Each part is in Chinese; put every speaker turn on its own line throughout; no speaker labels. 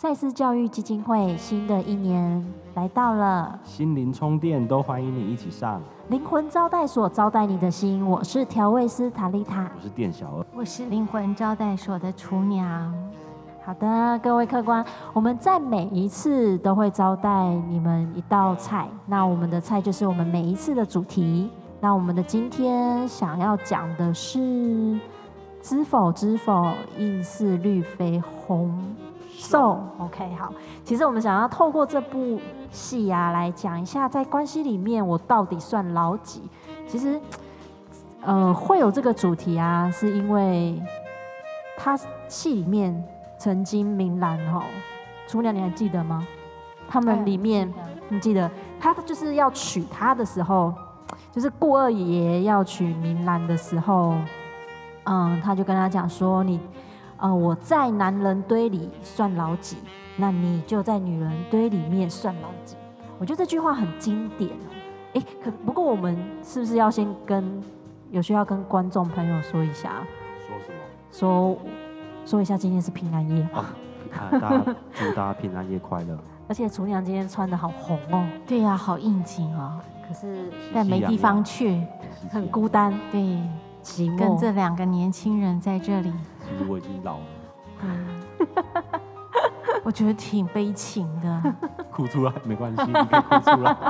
赛斯教育基金会新的一年来到了，
心灵充电都欢迎你一起上。
灵魂招待所招待你的心，我是调味师塔丽塔。
我是店小二，
我是灵魂招待所的厨娘，
好的，各位客官，我们在每一次都会招待你们一道菜，那我们的菜就是我们每一次的主题。那我们的今天想要讲的是知否知否，应是绿肥红瘦。OK，好，其实我们想要透过这部戏啊，来讲一下在关系里面我到底算老几。其实，呃，会有这个主题啊，是因为他戏里面曾经明兰吼，厨娘你还记得吗？他们里面、你哎记得他就是要娶她的时候，就是顾二爷要娶明兰的时候，嗯，他就跟他讲说：“你，呃，我在男人堆里算老几，那你就在女人堆里面算老几。”我觉得这句话很经典哦。哎，可不过我们是不是要先跟有需要跟观众朋友说一下，
说什么？
说说一下今天是平安夜，
啊，大家祝大家平安夜快乐！
而且厨娘今天穿的好红哦，
对呀、好应景哦，
可是
喜
但
气
没
洋
地方
洋，
去，
喜气
很
洋
孤单
对，
寂寞。
跟这两个年轻人在这里，
洋其实我已经老了，
我觉得挺悲情的。
哭出来没关系，你可以哭出 来。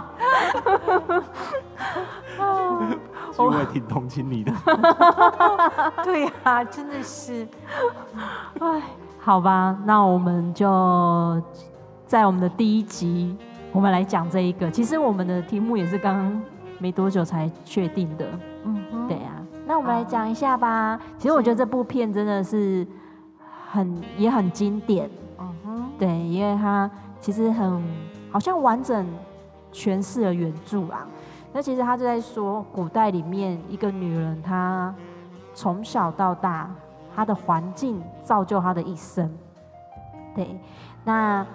其实我也挺同情你的，
对呀、真的是，
哎，好吧，那我们就在我们的第一集，我们来讲这一个。其实我们的题目也是刚刚没多久才确定的，
嗯哼
对，啊。那我们来讲一下吧。其实我觉得这部片真的是很也很经典，
嗯哼，
对，因为它其实很好像完整诠释了原著啊。那其实他就在说，古代里面一个女人，她从小到大，她的环境造就她的一生。对，那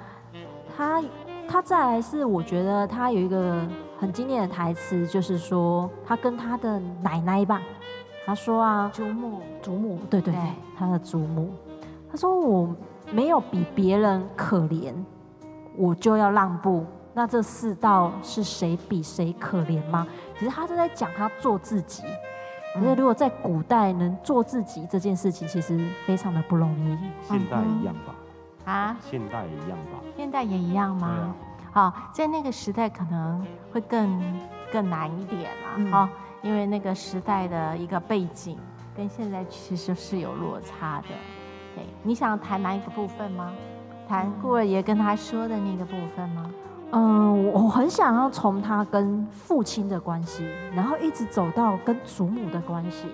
她她再来是，我觉得她有一个很经典的台词，就是说她跟她的奶奶吧，她说啊，
祖母，
祖母，对对对
对，
他的祖母，他说我没有比别人可怜，我就要让步。那这世道是谁比谁可怜吗？其实他就在讲他做自己。可是
嗯
如果在古代能做自己这件事情，其实非常的不容易。
现代一样吧，
啊，
现代一样吧。
现在也一样
对
吗
啊？，
好，在那个时代可能会更更难一点啦，
嗯
哈、因为那个时代的一个背景跟现在其实是有落差的。对，你想谈哪一个部分吗？谈顾二爷跟他说的那个部分吗？
嗯，我我很想要从他跟父亲的关系，然后一直走到跟祖母的关系，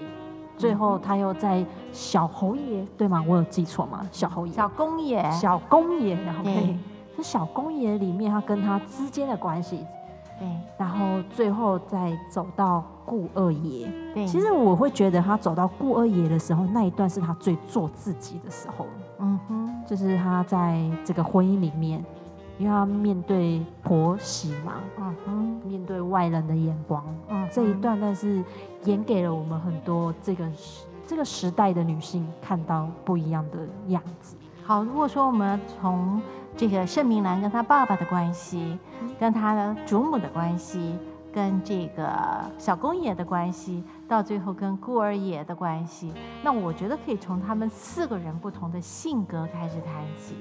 最后他又在小侯爷对吗？我有记错吗？小侯爷，
小公爷，
小公爷，OK，
对
就小公爷里面他跟他之间的关系，
对
然后最后再走到顾二爷。
对，
其实我会觉得他走到顾二爷的时候，那一段是他最做自己的时候，
嗯哼，
就是他在这个婚姻里面，因为他面对婆媳嘛，
嗯哼，
面对外人的眼光，
嗯哼
这一，段但是演给了我们很多这个时这个时代的女性看到不一样的样子。
好，如果说我们从这个盛明兰跟他爸爸的关系，跟他的祖母的关系，跟这个小公爷的关系，到最后跟孤儿爷的关系，那我觉得可以从他们四个人不同的性格开始谈起。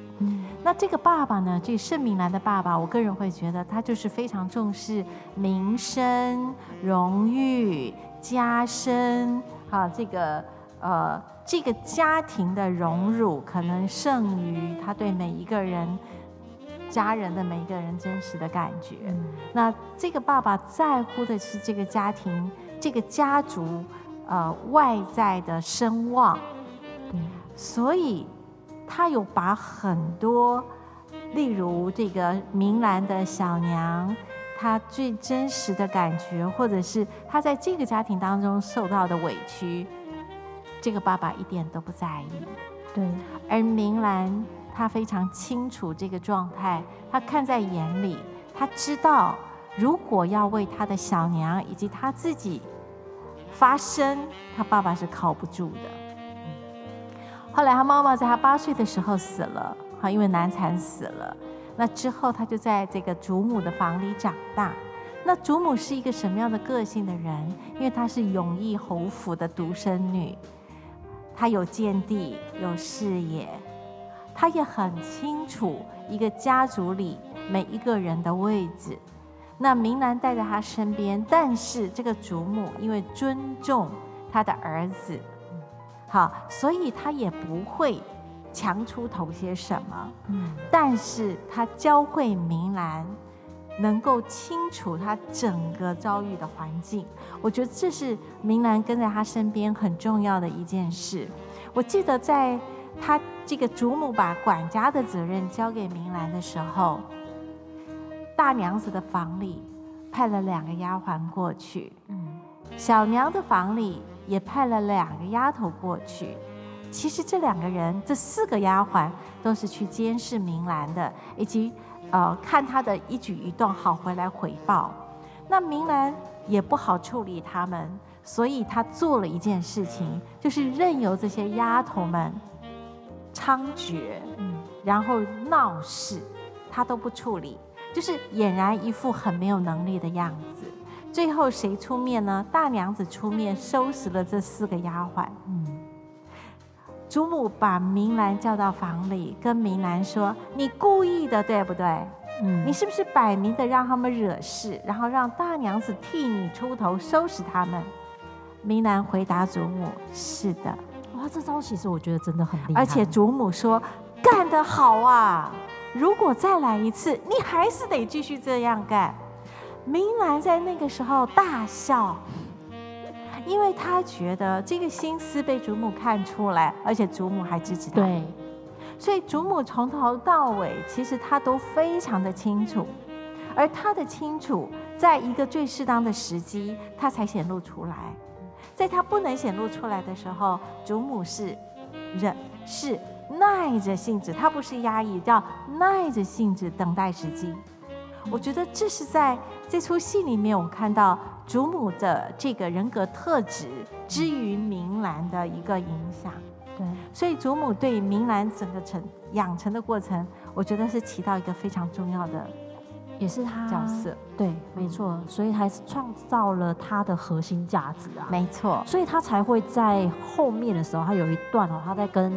那这个爸爸呢，这个盛明兰的爸爸，我个人会觉得他就是非常重视名声、荣誉、家声，啊，这个呃，这个家庭的荣辱可能胜于他对每一个人、家人的每一个人真实的感觉。那这个爸爸在乎的是这个家庭、这个家族，呃，外在的声望。嗯
对，
所以他有把很多，例如这个明兰的小娘，她最真实的感觉，或者是她在这个家庭当中受到的委屈，这个爸爸一点都不在意。
对，
而明兰她非常清楚这个状态，她看在眼里，她知道如果要为她的小娘以及她自己发声，她爸爸是靠不住的。后来她妈妈在她八岁的时候死了，哈，因为难产死了。那之后他就在这个祖母的房里长大。那祖母是一个什么样的个性的人？因为她是永义侯府的独生女，她有见地，有视野，她也很清楚一个家族里每一个人的位置。那明兰带在她身边，但是这个祖母因为尊重她的儿子，嗯好，所以她也不会强出头些什么。
嗯
但是他教会明兰能够清楚他整个遭遇的环境，我觉得这是明兰跟在他身边很重要的一件事。我记得在他这个祖母把管家的责任交给明兰的时候，大娘子的房里派了两个丫鬟过去，
嗯
小娘的房里也派了两个丫头过去。其实这两个人，这四个丫鬟都是去监视明兰的，以及呃看她的一举一动，好回来回报。那明兰也不好处理他们，所以她做了一件事情，就是任由这些丫头们猖獗，
嗯
然后闹事，他都不处理，就是俨然一副很没有能力的样子。最后谁出面呢？大娘子出面收拾了这四个丫鬟。
嗯
祖母把明兰叫到房里，跟明兰说：“你故意的，对不对？
嗯
你是不是摆明的让他们惹事，然后让大娘子替你出头收拾他们？”明兰回答祖母：“是的。”
哇，这招其实我觉得真的很厉害，
而且祖母说：“干得好啊！如果再来一次，你还是得继续这样干。”明兰在那个时候大笑，因为她觉得这个心思被祖母看出来，而且祖母还支持她。
对，
所以祖母从头到尾，其实她都非常的清楚，而她的清楚，在一个最适当的时机，她才显露出来。在她不能显露出来的时候，祖母是忍，是耐着性子，她不是压抑，叫耐着性子等待时机。我觉得这是在这出戏里面，我看到祖母的这个人格特质之于明兰的一个影响。
对，
所以祖母对明兰整个成养成的过程，我觉得是起到一个非常重要的
也是他
角色。
对，没错，所以还是创造了他的核心价值啊。
没错，
所以他才会在后面的时候，他有一段哦，他在跟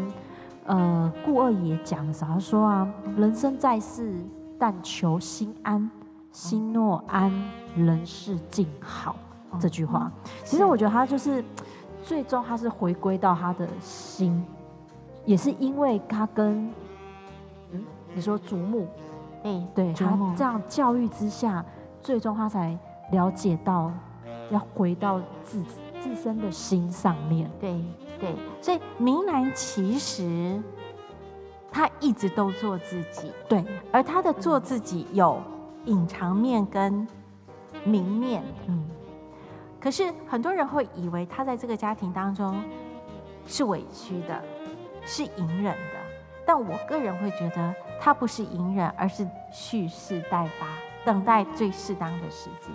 呃顾二爷讲的时候，他说啊，人生在世，但求心安，心若安，人世静好。
嗯
这句话，其
是
实我觉得他就是最终他是回归到他的心，也是因为他跟嗯，你说祖母
对
对
祖
他
母
这样教育之下，最终他才了解到要回到自己自身的心上面。
对对，所以明兰其实她一直都做自己，
对，
而她的做自己有隐藏面跟明面。
嗯，
可是很多人会以为她在这个家庭当中是委屈的，是隐忍的。但我个人会觉得，她不是隐忍，而是蓄势待发，等待最适当的时机。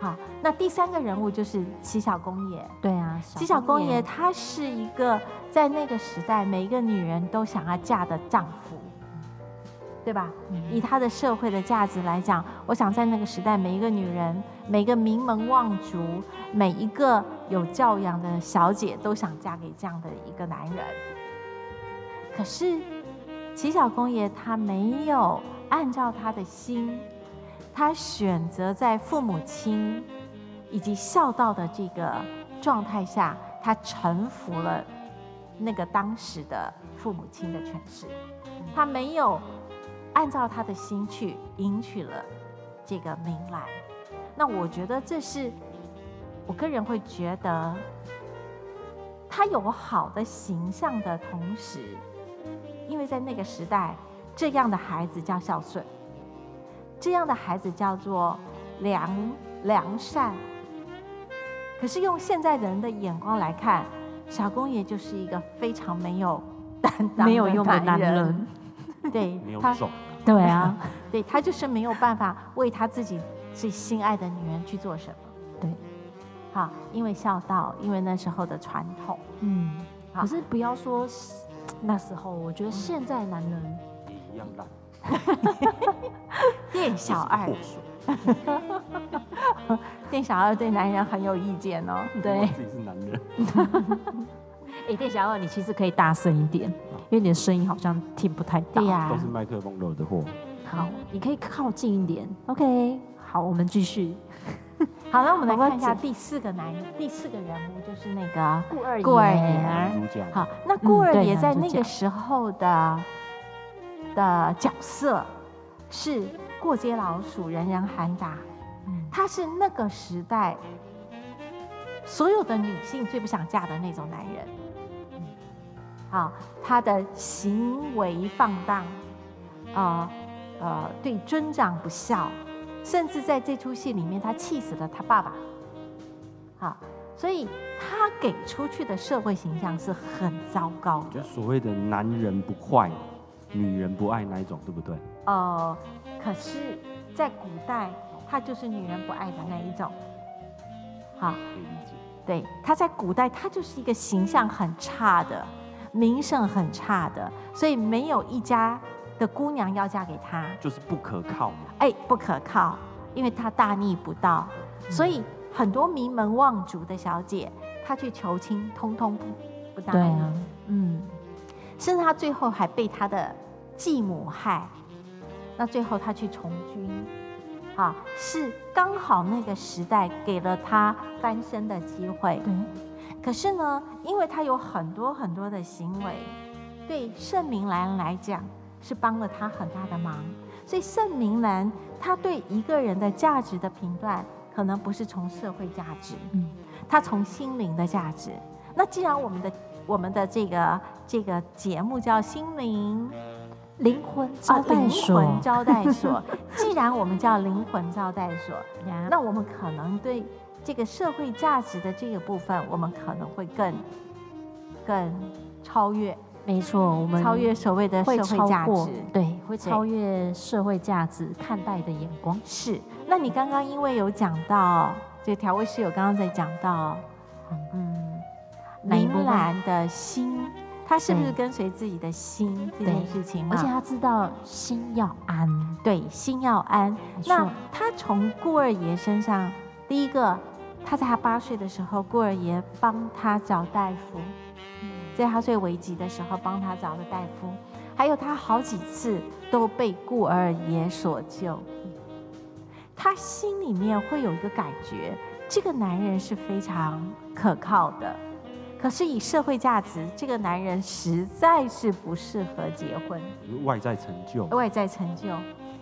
好，那第三个人物就是齐小公爷。
对啊，
齐小公爷他是一个在那个时代每一个女人都想要嫁的丈夫，对吧？
嗯
以他的社会的价值来讲，我想在那个时代，每一个女人、每一个名门望族、每一个有教养的小姐都想嫁给这样的一个男人。可是齐小公爷他没有按照他的心，他选择在父母亲以及孝道的这个状态下，他臣服了那个当时的父母亲的权势，他没有按照他的心去迎娶了这个明兰。那我觉得这是我个人会觉得，他有好的形象的同时，因为在那个时代，这样的孩子叫孝顺，这样的孩子叫做良良善。可是用现在人的眼光来看，小公爷就是一个非常没有担当、
没有用的男 人，
对
没有
他
种，
对啊，
对他就是没有办法为他自己最心爱的女人去做什么。
对，
好，因为孝道，因为那时候的传统。
嗯，
好
可是不要说那时候我觉得现在男人
也一样烂，
店小二
就，是
店小二对男人很有意见哦。
破水
对
我自己是男人，
哎，店小二，你其实可以大声一点，因为你的声音好像听不太到。
对呀、
都是麦克风惹的祸。
啊好，你可以靠近一点。OK，好，我们继续。
好了，我们来
宝宝
看一下
姐
第四个男人，第四个人物就是那个
顾二
顾二
爷，
爷。
男主角，
好，那顾
嗯
二
对
爷
男
在
主
那
角
个时候的的角色是过街老鼠，人人喊打。
嗯
他是那个时代所有的女性最不想嫁的那种男人。好，他的行为放荡，呃呃，对尊长不孝，甚至在这出戏里面，他气死了他爸爸。好，所以他给出去的社会形象是很糟糕
就
的。
所谓的男人不坏，女人不爱那一种，对不对？
呃，可是，在古代，他就是女人不爱的那一种。啊好，
可以理解。
对，他在古代他就是一个形象很差的，名声很差的，所以没有一家的姑娘要嫁给他，
就是不可靠嘛，
哎，不可靠，因为他大逆不道，
嗯
所以很多名门望族的小姐，她去求亲，通通不不答
对
应，
啊，
嗯，甚至她最后还被她的继母害，那最后她去从军。啊，是刚好那个时代给了她翻身的机会，
对，
可是呢，因为他有很多很多的行为，对盛明兰来讲是帮了他很大的忙，所以盛明兰他对一个人的价值的评断，可能不是从社会价值，
嗯，
他从心灵的价值。那既然我们的我们的这个这个节目叫心灵
灵魂
啊
招待
灵
所，
魂招待所， 既然我们叫灵魂招待所，
呀
那我们可能对这个社会价值的这个部分，我们可能会更更超越，
没错，我们
超越所谓的
会
社
超
会价
过
值。，
对，会超越社会价值看待的眼光。
是。那你刚刚因为有讲到，这调味师有刚刚在讲到，嗯，
哪一部
明
分
兰的心，他是不是
对
跟随自己的心这
对
件事情嘛？
而且他知道心要安，
对心要安。
没
那
错
他从顾二爷身上，第一个，他在他八岁的时候，顾二爷帮他找大夫，在他最危急的时候帮他找了大夫，还有他好几次都被顾二爷所救。他心里面会有一个感觉，这个男人是非常可靠的，可是以社会价值，这个男人实在是不适合结婚。
外在成就，
外在成就，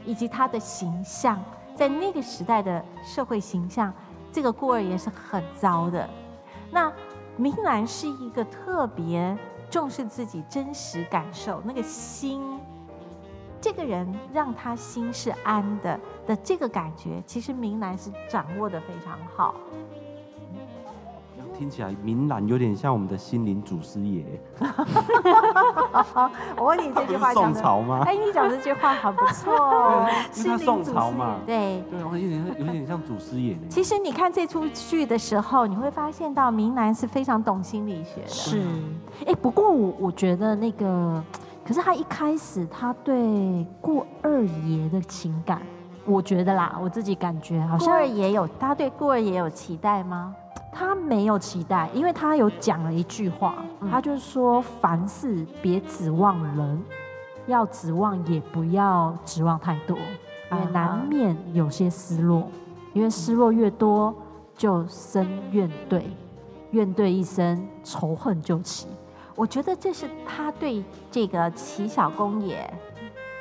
以及他的形象，在那个时代的社会形象，这个孤儿爷是很糟的。那明兰是一个特别重视自己真实感受，那个心，这个人让他心是安的的这个感觉，其实明兰是掌握的非常好。嗯
听起来明兰有点像我们的心灵祖师爷，
我问你这句
不
话
是
讲
宋
的，
朝吗？，
哎，你讲这句话好不错哦
因为他宋朝嘛
心灵主持人对。
对，啊我有点有点像祖师爷呢。
其实你看这出剧的时候，你会发现到明兰是非常懂心理学的。
是，哎、不过我我觉得那个，可是他一开始他对顾二爷的情感，我觉得啦，我自己感觉好
顾二
像
爷有，他对顾二爷有期待吗？
他没有期待，因为他有讲了一句话，
嗯
他就是说凡事别指望人，要指望也不要指望太多，因为
啊哈
难免有些失落，因为失落越多就生怨怼，怨怼一生仇恨就起。
我觉得这是他对这个齐小公爷，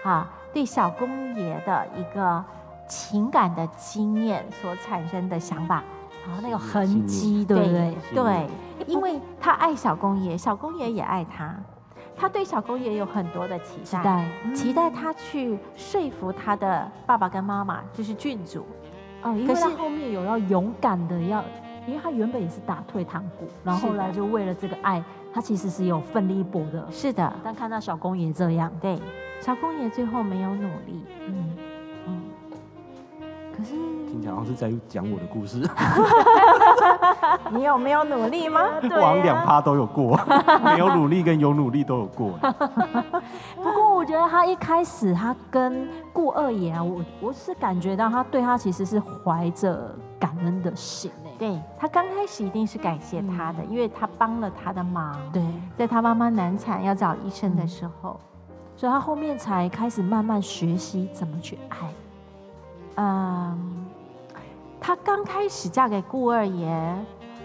啊，对小公爷的一个情感的经验所产生的想法。
然啊后那个痕迹，对
对
不对？
对，因为他爱小公爷，小公爷也爱他，他对小公爷有很多的期
期
待。
待，
期待他去说服他的爸爸跟妈妈，就是郡主，
哦，因为
可是
他后面有要勇敢的要，因为他原本也是打退堂鼓，然后后来
是的
就为了这个爱，他其实是有奋力一搏的。
是的，
但看到小公爷这样，
对，小公爷最后没有努力，
嗯，
嗯，
可可是
听起来好像是在讲我的故 事，
你有没有努力吗？
我 好像两趴都有过，没有努力跟有努力都有过。
不过我觉得他一开始他跟顾二爷啊，我我是感觉到他对他其实是怀着感恩的心哎、
对他刚开始一定是感谢他的，因为他帮了他的忙。，
对，
在他妈妈难产要找医生的时候，
所以他后面才开始慢慢学习怎么去爱。
嗯，她刚开始嫁给顾二爷，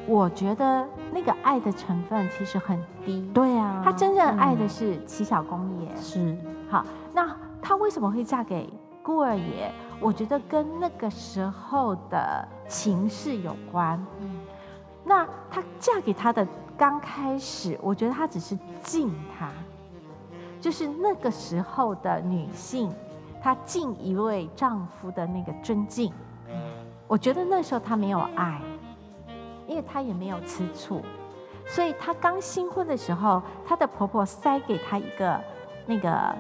我觉得那个爱的成分其实很低。
对啊，
她真正爱的
嗯
是齐小公爷。
是
好，那她为什么会嫁给顾二爷？我觉得跟那个时候的情势有关。
嗯
那她嫁给他的刚开始，我觉得她只是敬他，就是那个时候的女性，她敬一位丈夫的那个尊敬。我觉得那时候她没有爱，因为她也没有吃醋，所以她刚新婚的时候，她的婆婆塞给她一个那个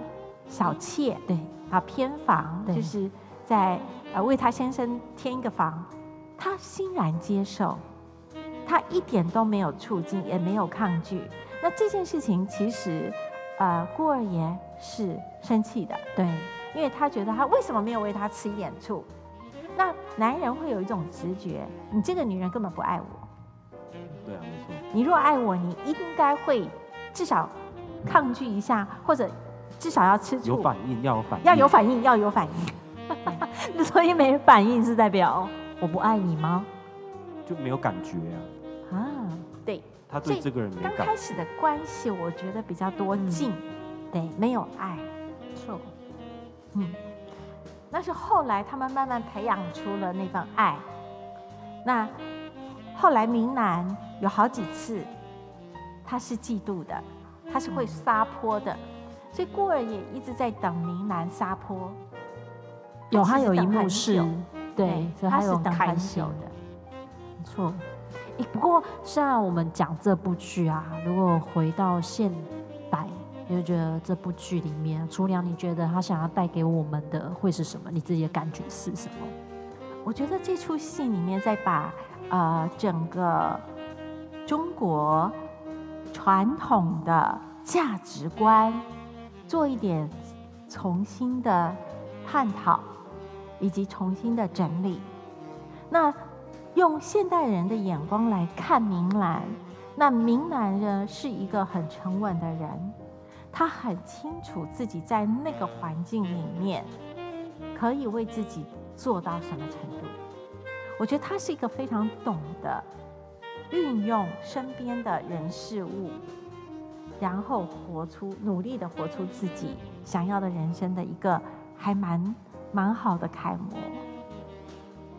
小妾，
对，
啊偏房，
对
就是在呃为她先生添一个房，她欣然接受，她一点都没有促进，也没有抗拒。那这件事情其实，呃，顾二爷是生气的，
对，
因为他觉得他为什么没有为她吃一点醋？那男人会有一种直觉，你这个女人根本不爱我。
对啊， 没错，
你若爱我，你应该会至少抗拒一下，或者至少要吃
有
醋，
反应要有反应，
要有反应，要有反 应。
所以没反应是代表我不爱你吗？
就没有感觉啊。
啊，
对，
他
所
对
以
这个人没
刚
感
开，始的关系，我觉得比较多敬，
对，
没有爱。
错，
嗯，那是后来他们慢慢培养出了那份爱。那后来明兰有好几次，她是嫉妒的，她是会撒泼的，所以顾儿也一直在等明兰撒泼。
有
他
他
其实
有一
等
幕
很
是
久，
对，所以
她
他
是
有
等
看
很
心
久的。
没错。诶不过虽然我们讲这部剧啊，如果回到现代，你就觉得这部剧里面，厨娘，你觉得他想要带给我们的会是什么？你自己的感觉是什么？
我觉得这出戏里面在把呃整个中国传统的价值观做一点重新的探讨，以及重新的整理。那用现代人的眼光来看明兰，那明兰呢是一个很沉稳的人，她很清楚自己在那个环境里面可以为自己做到什么程度。我觉得她是一个非常懂得运用身边的人事物，然后活出努力的活出自己想要的人生的一个还蛮蛮好的楷模。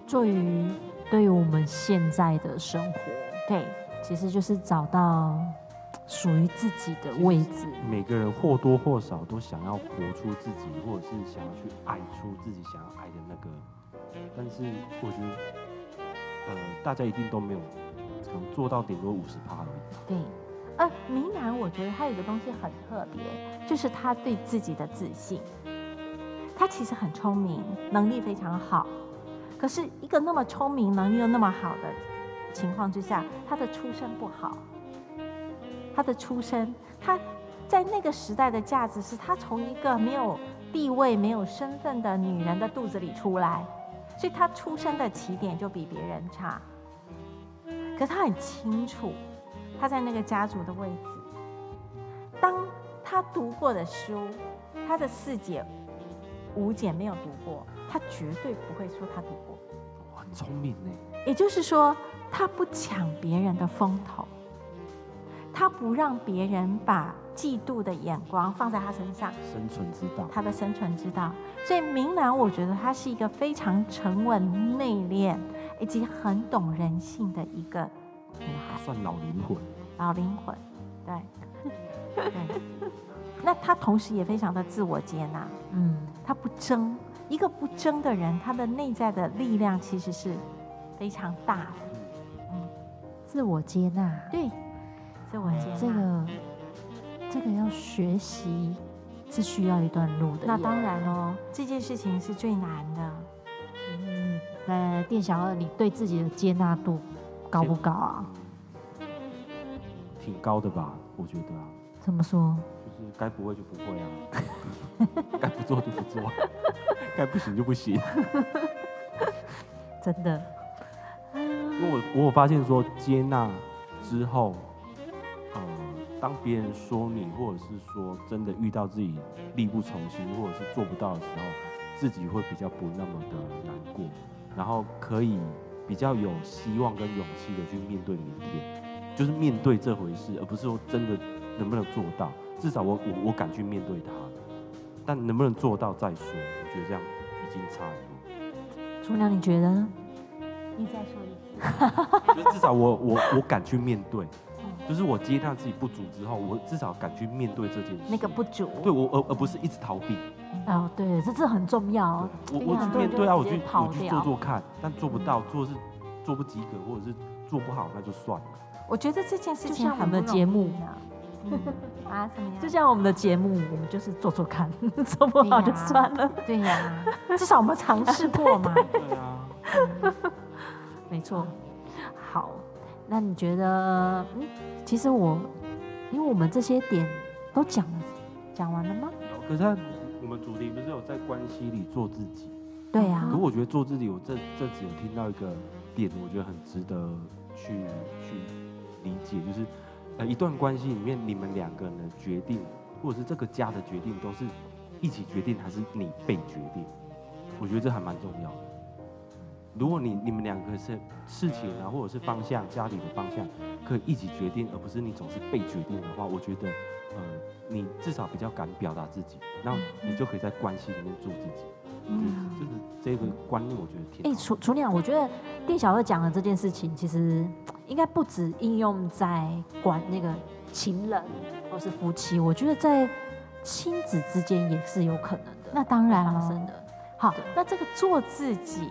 对于对于我们现在的生活，
对，
其实就是找到属于自己的位置。
每个人或多或少都想要活出自己，或者是想要去爱出自己想要爱的那个。但是我觉得，呃，大家一定都没有，可能做到顶多五十趴而已吧。
对，呃，明兰我觉得她有个东西很特别，就是她对自己的自信。她其实很聪明，能力非常好，可是一个那么聪明、能力又那么好的情况之下，她的出身不好。她的出身，她在那个时代的价值是她从一个没有地位、没有身份的女人的肚子里出来，所以她出生的起点就比别人差。可她很清楚，她在那个家族的位置。当她读过的书，她的四姐、五姐没有读过，她绝对不会说她读过。
哇很聪明呢，
也就是说，她不抢别人的风头，她不让别人把嫉妒的眼光放在她身上。
生存之道。
他的生存之道。所以明兰，我觉得他是一个非常沉稳、内敛，以及很懂人性的一个女
他
孩，
算老灵魂，
老灵魂。对， 对。那她同时也非常的自我接纳，
嗯，
她不争。一个不争的人，他的内在的力量其实是非常大
嗯
的。
自我接纳，
对，
嗯
自我接纳。
哦这个这个要学习是需要一段路的耶。
哦那当然喽，这件事情是最难的。
嗯，你呃，店小二，你对自己的接纳度高不高啊？
挺高的吧？我觉得啊，
怎么说？
就是该不会就不会啊， 该不做就不做，该不行就不行。
真的，
因为我我有发现说接纳之后，呃，当别人说你，或者是说真的遇到自己力不从心，或者是做不到的时候，自己会比较不那么的难过，然后可以比较有希望跟勇气的去面对明天，就是面对这回事，而不是说真的能不能做到，至少我我我敢去面对它，但能不能做到再说，我觉得这样已经差很多。
厨娘你觉得呢？
你再说一次。
就是至少我我我敢去面对，就是我接纳自己不足之后，我至少敢去面对这件事。
那个不足，
对我而而不是一直逃避，
哦，对，这这很重要。哦
我
哦对
我
呀
去
对
面
就
对啊，我
直
去
接
我
跑
去做
掉
做看，但做不到，做是做不及格，或者是做不好，那就算了。
我觉得这件事
就
情
像我
很
们的
不
节
容
目
易呢
嗯
啊，怎么样？
就像我们的节目，我们就是做做看，做不好就算了。
对呀，至少我们尝试过嘛。
对啊，
没错。 好，那你觉得？嗯，其实我，因为我们这些点都讲了，讲完了吗？
可是他我们主题不是有在关系里做自己？
对
啊
啊呀、
可我觉得做自己，我这这只有听到一个点，我觉得很值得去去理解，就是呃，一段关系里面，你们两个人的决定，或者是这个家的决定，都是一起决定，还是你被决定？我觉得这还蛮重要的。如果你你们两个是事情啊，或者是方向，家里的方向可以一起决定，而不是你总是被决定的话，我觉得，呃，你至少比较敢表达自己，那你就可以在关系里面做自己。
嗯，
这个这个观念，我觉得挺
哎、
好的。
厨厨娘，我觉得店小二讲的这件事情，其实应该不止应用在管那个情人或是夫妻，我觉得在亲子之间也是有可能的，
那当然
发
哦了
生。的。
好
对，
那这个做自己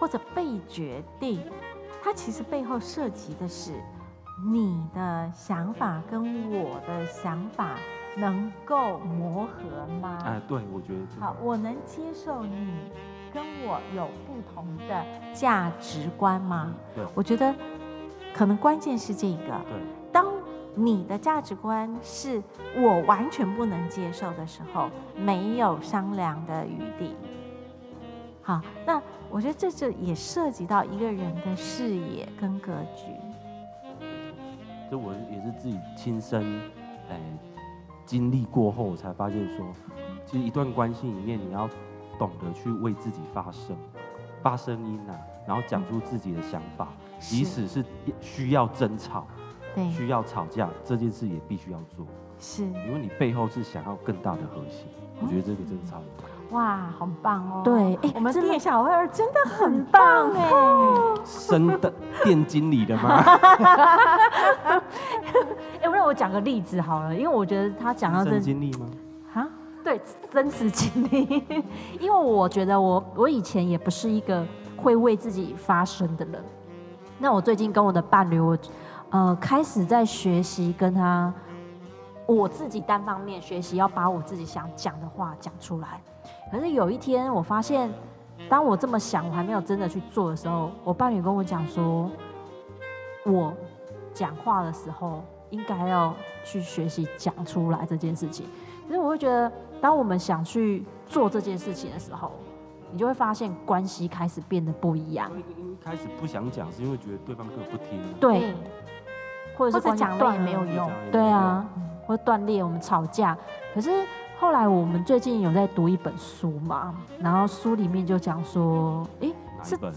或者被决定，它其实背后涉及的是你的想法跟我的想法能够磨合吗？
哎，对，我觉得这个
好，我能接受你跟我有不同的价值观吗？
嗯对
我觉得可能关键是这个。
对
当你的价值观是我完全不能接受的时候，没有商量的余地。好，那我觉得这就也涉及到一个人的视野跟格局。
这我也是自己亲身哎经历过后，我才发现说，其实一段关系里面，你要懂得去为自己发声，发声音呐、然后讲出自己的想法，即
是
使是需要争吵、
对，
需要吵架，这件事也必须要做，
是
因为你背后是想要更大的和谐。我觉得这个真的超important。
哇，好棒哦！
对哎
我们
真的欸
店小二真的很棒哎。
升的店经理的吗？
哎、让我讲个例子好了，因为我觉得他讲到这
升经理吗？
啊，
对真实经历， 因为我觉得我我以前也不是一个会为自己发声的人。那我最近跟我的伴侣，我呃开始在学习跟他，我自己单方面学习要把我自己想讲的话讲出来。可是有一天我发现，当我这么想，我还没有真的去做的时候，我伴侣跟我讲说，我讲话的时候应该要去学习讲出来这件事情。其实我会觉得，当我们想去做这件事情的时候，你就会发现关系开始变得不一样。
一开始不想讲，是因为觉得对方根本不听、啊。
嗯
对，或者是
或者
关系
讲了
断
也没有
了
用。
对啊，或断裂，我们吵架。可是后来我们最近有在读一本书嘛，然后书里面就讲说，诶，
哪一
是
本？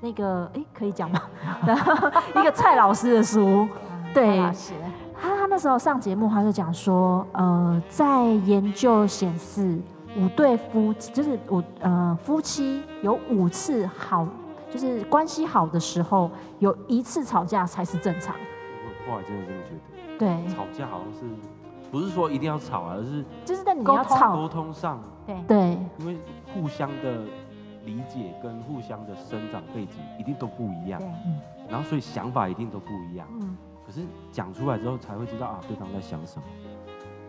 那个，诶，可以讲吗？ 然后一个蔡老师的书，对
嗯老师，
他他那时候上节目，他就讲说，呃，在研究显示，五对夫就是五呃夫妻有五次好，就是关系好的时候，有一次吵架才是正常。
我后来真的这么觉
嗯
得，
对，
吵架好像是不是说一定要吵啊，而是
就是在你
沟
要
通
吵
沟，通上，
对
对
因为互相的理解跟互相的生长背景一定都不一样
对，，
然后所以想法一定都不一样。
嗯，
可是讲出来之后才会知道啊，对方在想什么，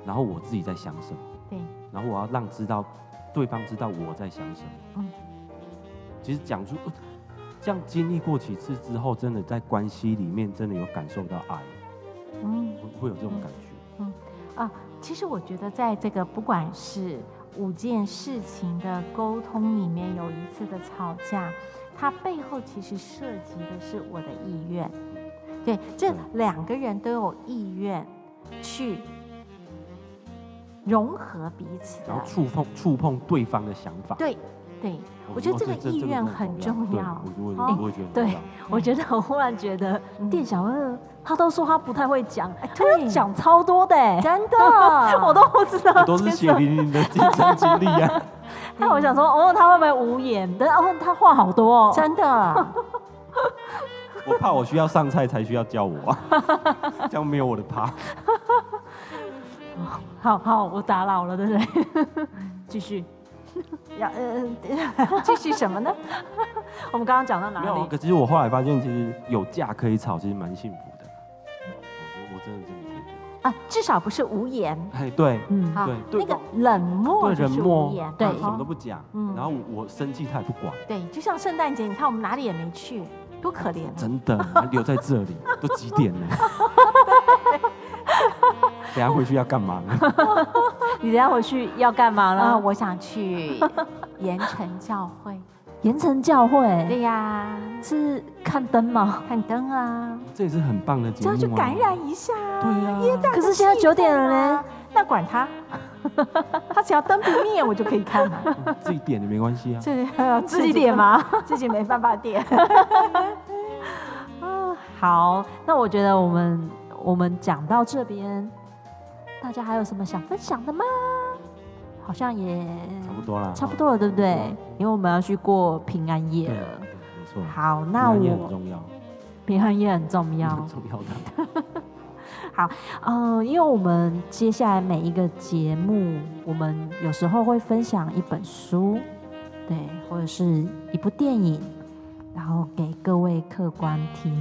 然后我自己在想什么，
对，
然后我要让知道对方知道我在想什么。
嗯
其实讲出呃这样经历过几次之后，真的在关系里面真的有感受到爱，
嗯。
会会有这种感觉。
其实我觉得，在这个不管是五件事情的沟通里面，有一次的吵架，它背后其实涉及的是我的意愿。对，这
嗯
两个人都有意愿去融合彼此
然后
的。
触碰触碰对方的想法，
对，对，我觉
说
得这
哦
个意愿很重
对
要
我觉得
哦
我也觉得很重要
对我觉得我忽然觉得，
店小二他都说他不太会讲，
哎
他要
对
讲超多的哎，，
真的
我都不知道
我都 是
接
血
受。
淋淋的亲身经历啊。
但我想说，哦，他会不会无言？但哦，他话好多哦。
真的，
我怕我需要上菜才需要叫我啊， 这样没有我的 趴。
好好，我打扰了，对不对？ 继续，要呃，呃继续什么呢？
我们刚刚讲到哪
没有啊，
里？
可是我后来发现，其实有架可以吵，其实蛮幸福的。我觉得我真的真的觉得，
啊，至少不是无言。
哎，对，
嗯，
好，
对
那个冷漠
对
就
人
是
默
无言，，
他
对
什么都不讲，
嗯
然后我我生气他也不管，
对，就像圣诞节，你看我们哪里也没去，多可怜啊！
真的留在这里都几点 了？等下回去要干嘛呢？
你等一下回去要干嘛
啊，
了？
我想去盐城教会。
盐城教
对
会
呀，
是看灯吗？
看灯啊，
这也是很棒的节
就
目、啊，
要去感染一下啊。
对呀、
大家
可是现在
气
9点
氛啊
了嘞，
那管他，他只要灯不灭，我就可以看了。
自己点的没关系 啊。
这
自己点吗？
自己没办法点。
啊好，那我觉得我们我们讲到这边，大家还有什么想分享的吗？好像也
差不多啦，
差不多了，对不对
嗯？
因为我们要去过平安夜
对，
了。
对没错。
好，那
平安夜很
我
重要，
平安夜很重要
很。重要的。
嗯，因为我们接下来每一个节目，我们有时候会分享一本书，对，或者是一部电影，然后给各位客观听。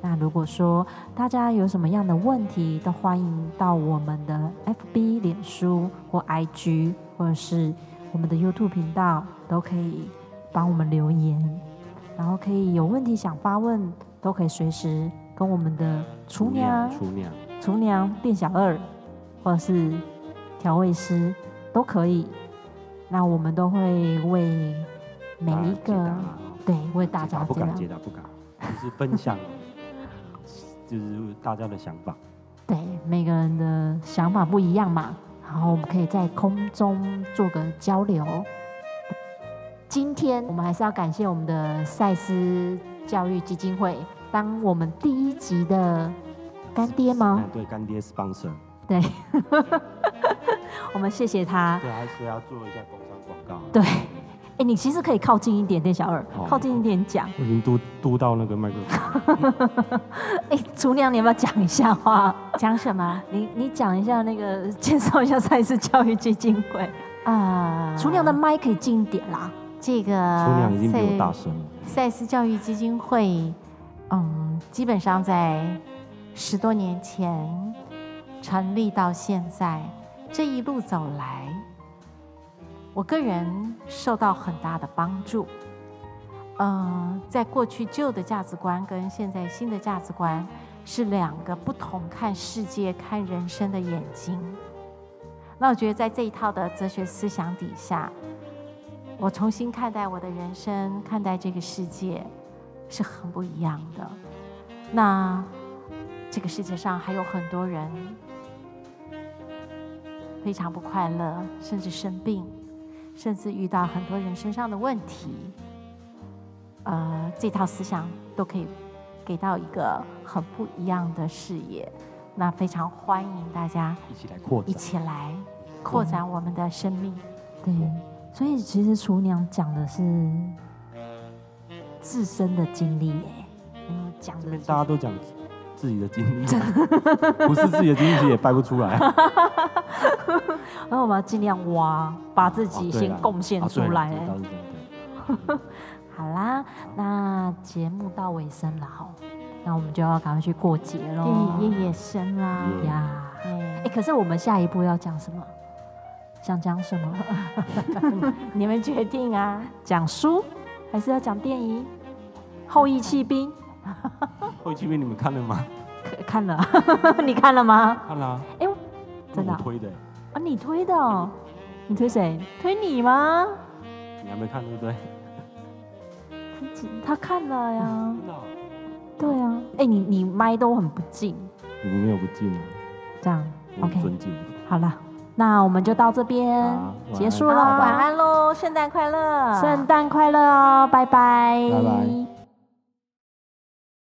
那如果说大家有什么样的问题，都欢迎到我们的 FB、脸书或 IG，或者是我们的 YouTube 频道，都可以帮我们留言，然后可以有问题想发问，都可以随时跟我们的厨娘。
厨娘，
厨娘、店小二，或者是调味师都可以。那我们都会为每
当然
一
解答
个
啦
对为大
啊解答
家
不
这
敢
样
解答不敢，就是分享， 就是大家的想法。
对每个人的想法不一样嘛，然后我们可以在空中做个交流。今天我们还是要感谢我们的赛斯教育基金会，当我们第一集的干爹吗
嗯？，对，干爹 sponsor，
对， 我们谢谢他。
对，还是要做一下工商广告。啊
对，哎、你其实可以靠近一点点，小二，
哦
靠近一点讲。
我已经嘟嘟到那个麦克风，
哎、厨娘，你要不要讲一下话？
讲什么？
你你讲一下那个， 介绍一下赛事教育基金会。
啊，
厨娘的麦可以近一点啦。
这个
啊
厨娘已经比我
赛
大声了。
赛斯教育基金会，嗯，基本上在十多年前成立到现在，这一路走来，我个人受到很大的帮助。嗯，在过去旧的价值观跟现在新的价值观是两个不同看世界、看人生的眼睛。那我觉得在这一套的哲学思想底下，我重新看待我的人生，看待这个世界，是很不一样的。那这个世界上还有很多人非常不快乐，甚至生病，甚至遇到很多人身上的问题。呃，这套思想都可以给到一个很不一样的视野。那非常欢迎大家
一起来扩
一
展，
起来扩展我们的生命。
对，所以其实厨娘讲的是自身的经历耶、嗯，讲
这
的
边大家都讲自己的经历，啊 不是自己的经历其实也掰不出来。啊
然后我们要尽量挖，把 自
哦
己
对
先
啦
贡献
哦
出
对啦
来。
这倒是真的。
好啦，那节目到尾声了吼，那我们就要赶快去过节喽。
对，夜夜深啦。
耶
呀。
哎
哎、可是我们下一步要讲什么？想讲什么？
你们决定啊！
讲书还是要讲电影《后羿弃兵》
后期片你们看了吗？
可？看了， 你看了吗？
看了、啊，
哎、真的
我
啊
推的欸，
啊，你推的、哦，你推谁？推你吗？
你还没看对不对？
他看了呀，
真的啊，
对啊，哎、你你麦都很不近，
你们没有不敬啊，
这样
我很
OK，
尊敬。
好了，那我们就到这边
嗯好晚
结
安
束
好，晚
啦，
安喽，圣诞快乐，
圣诞快乐哦，拜拜，
拜拜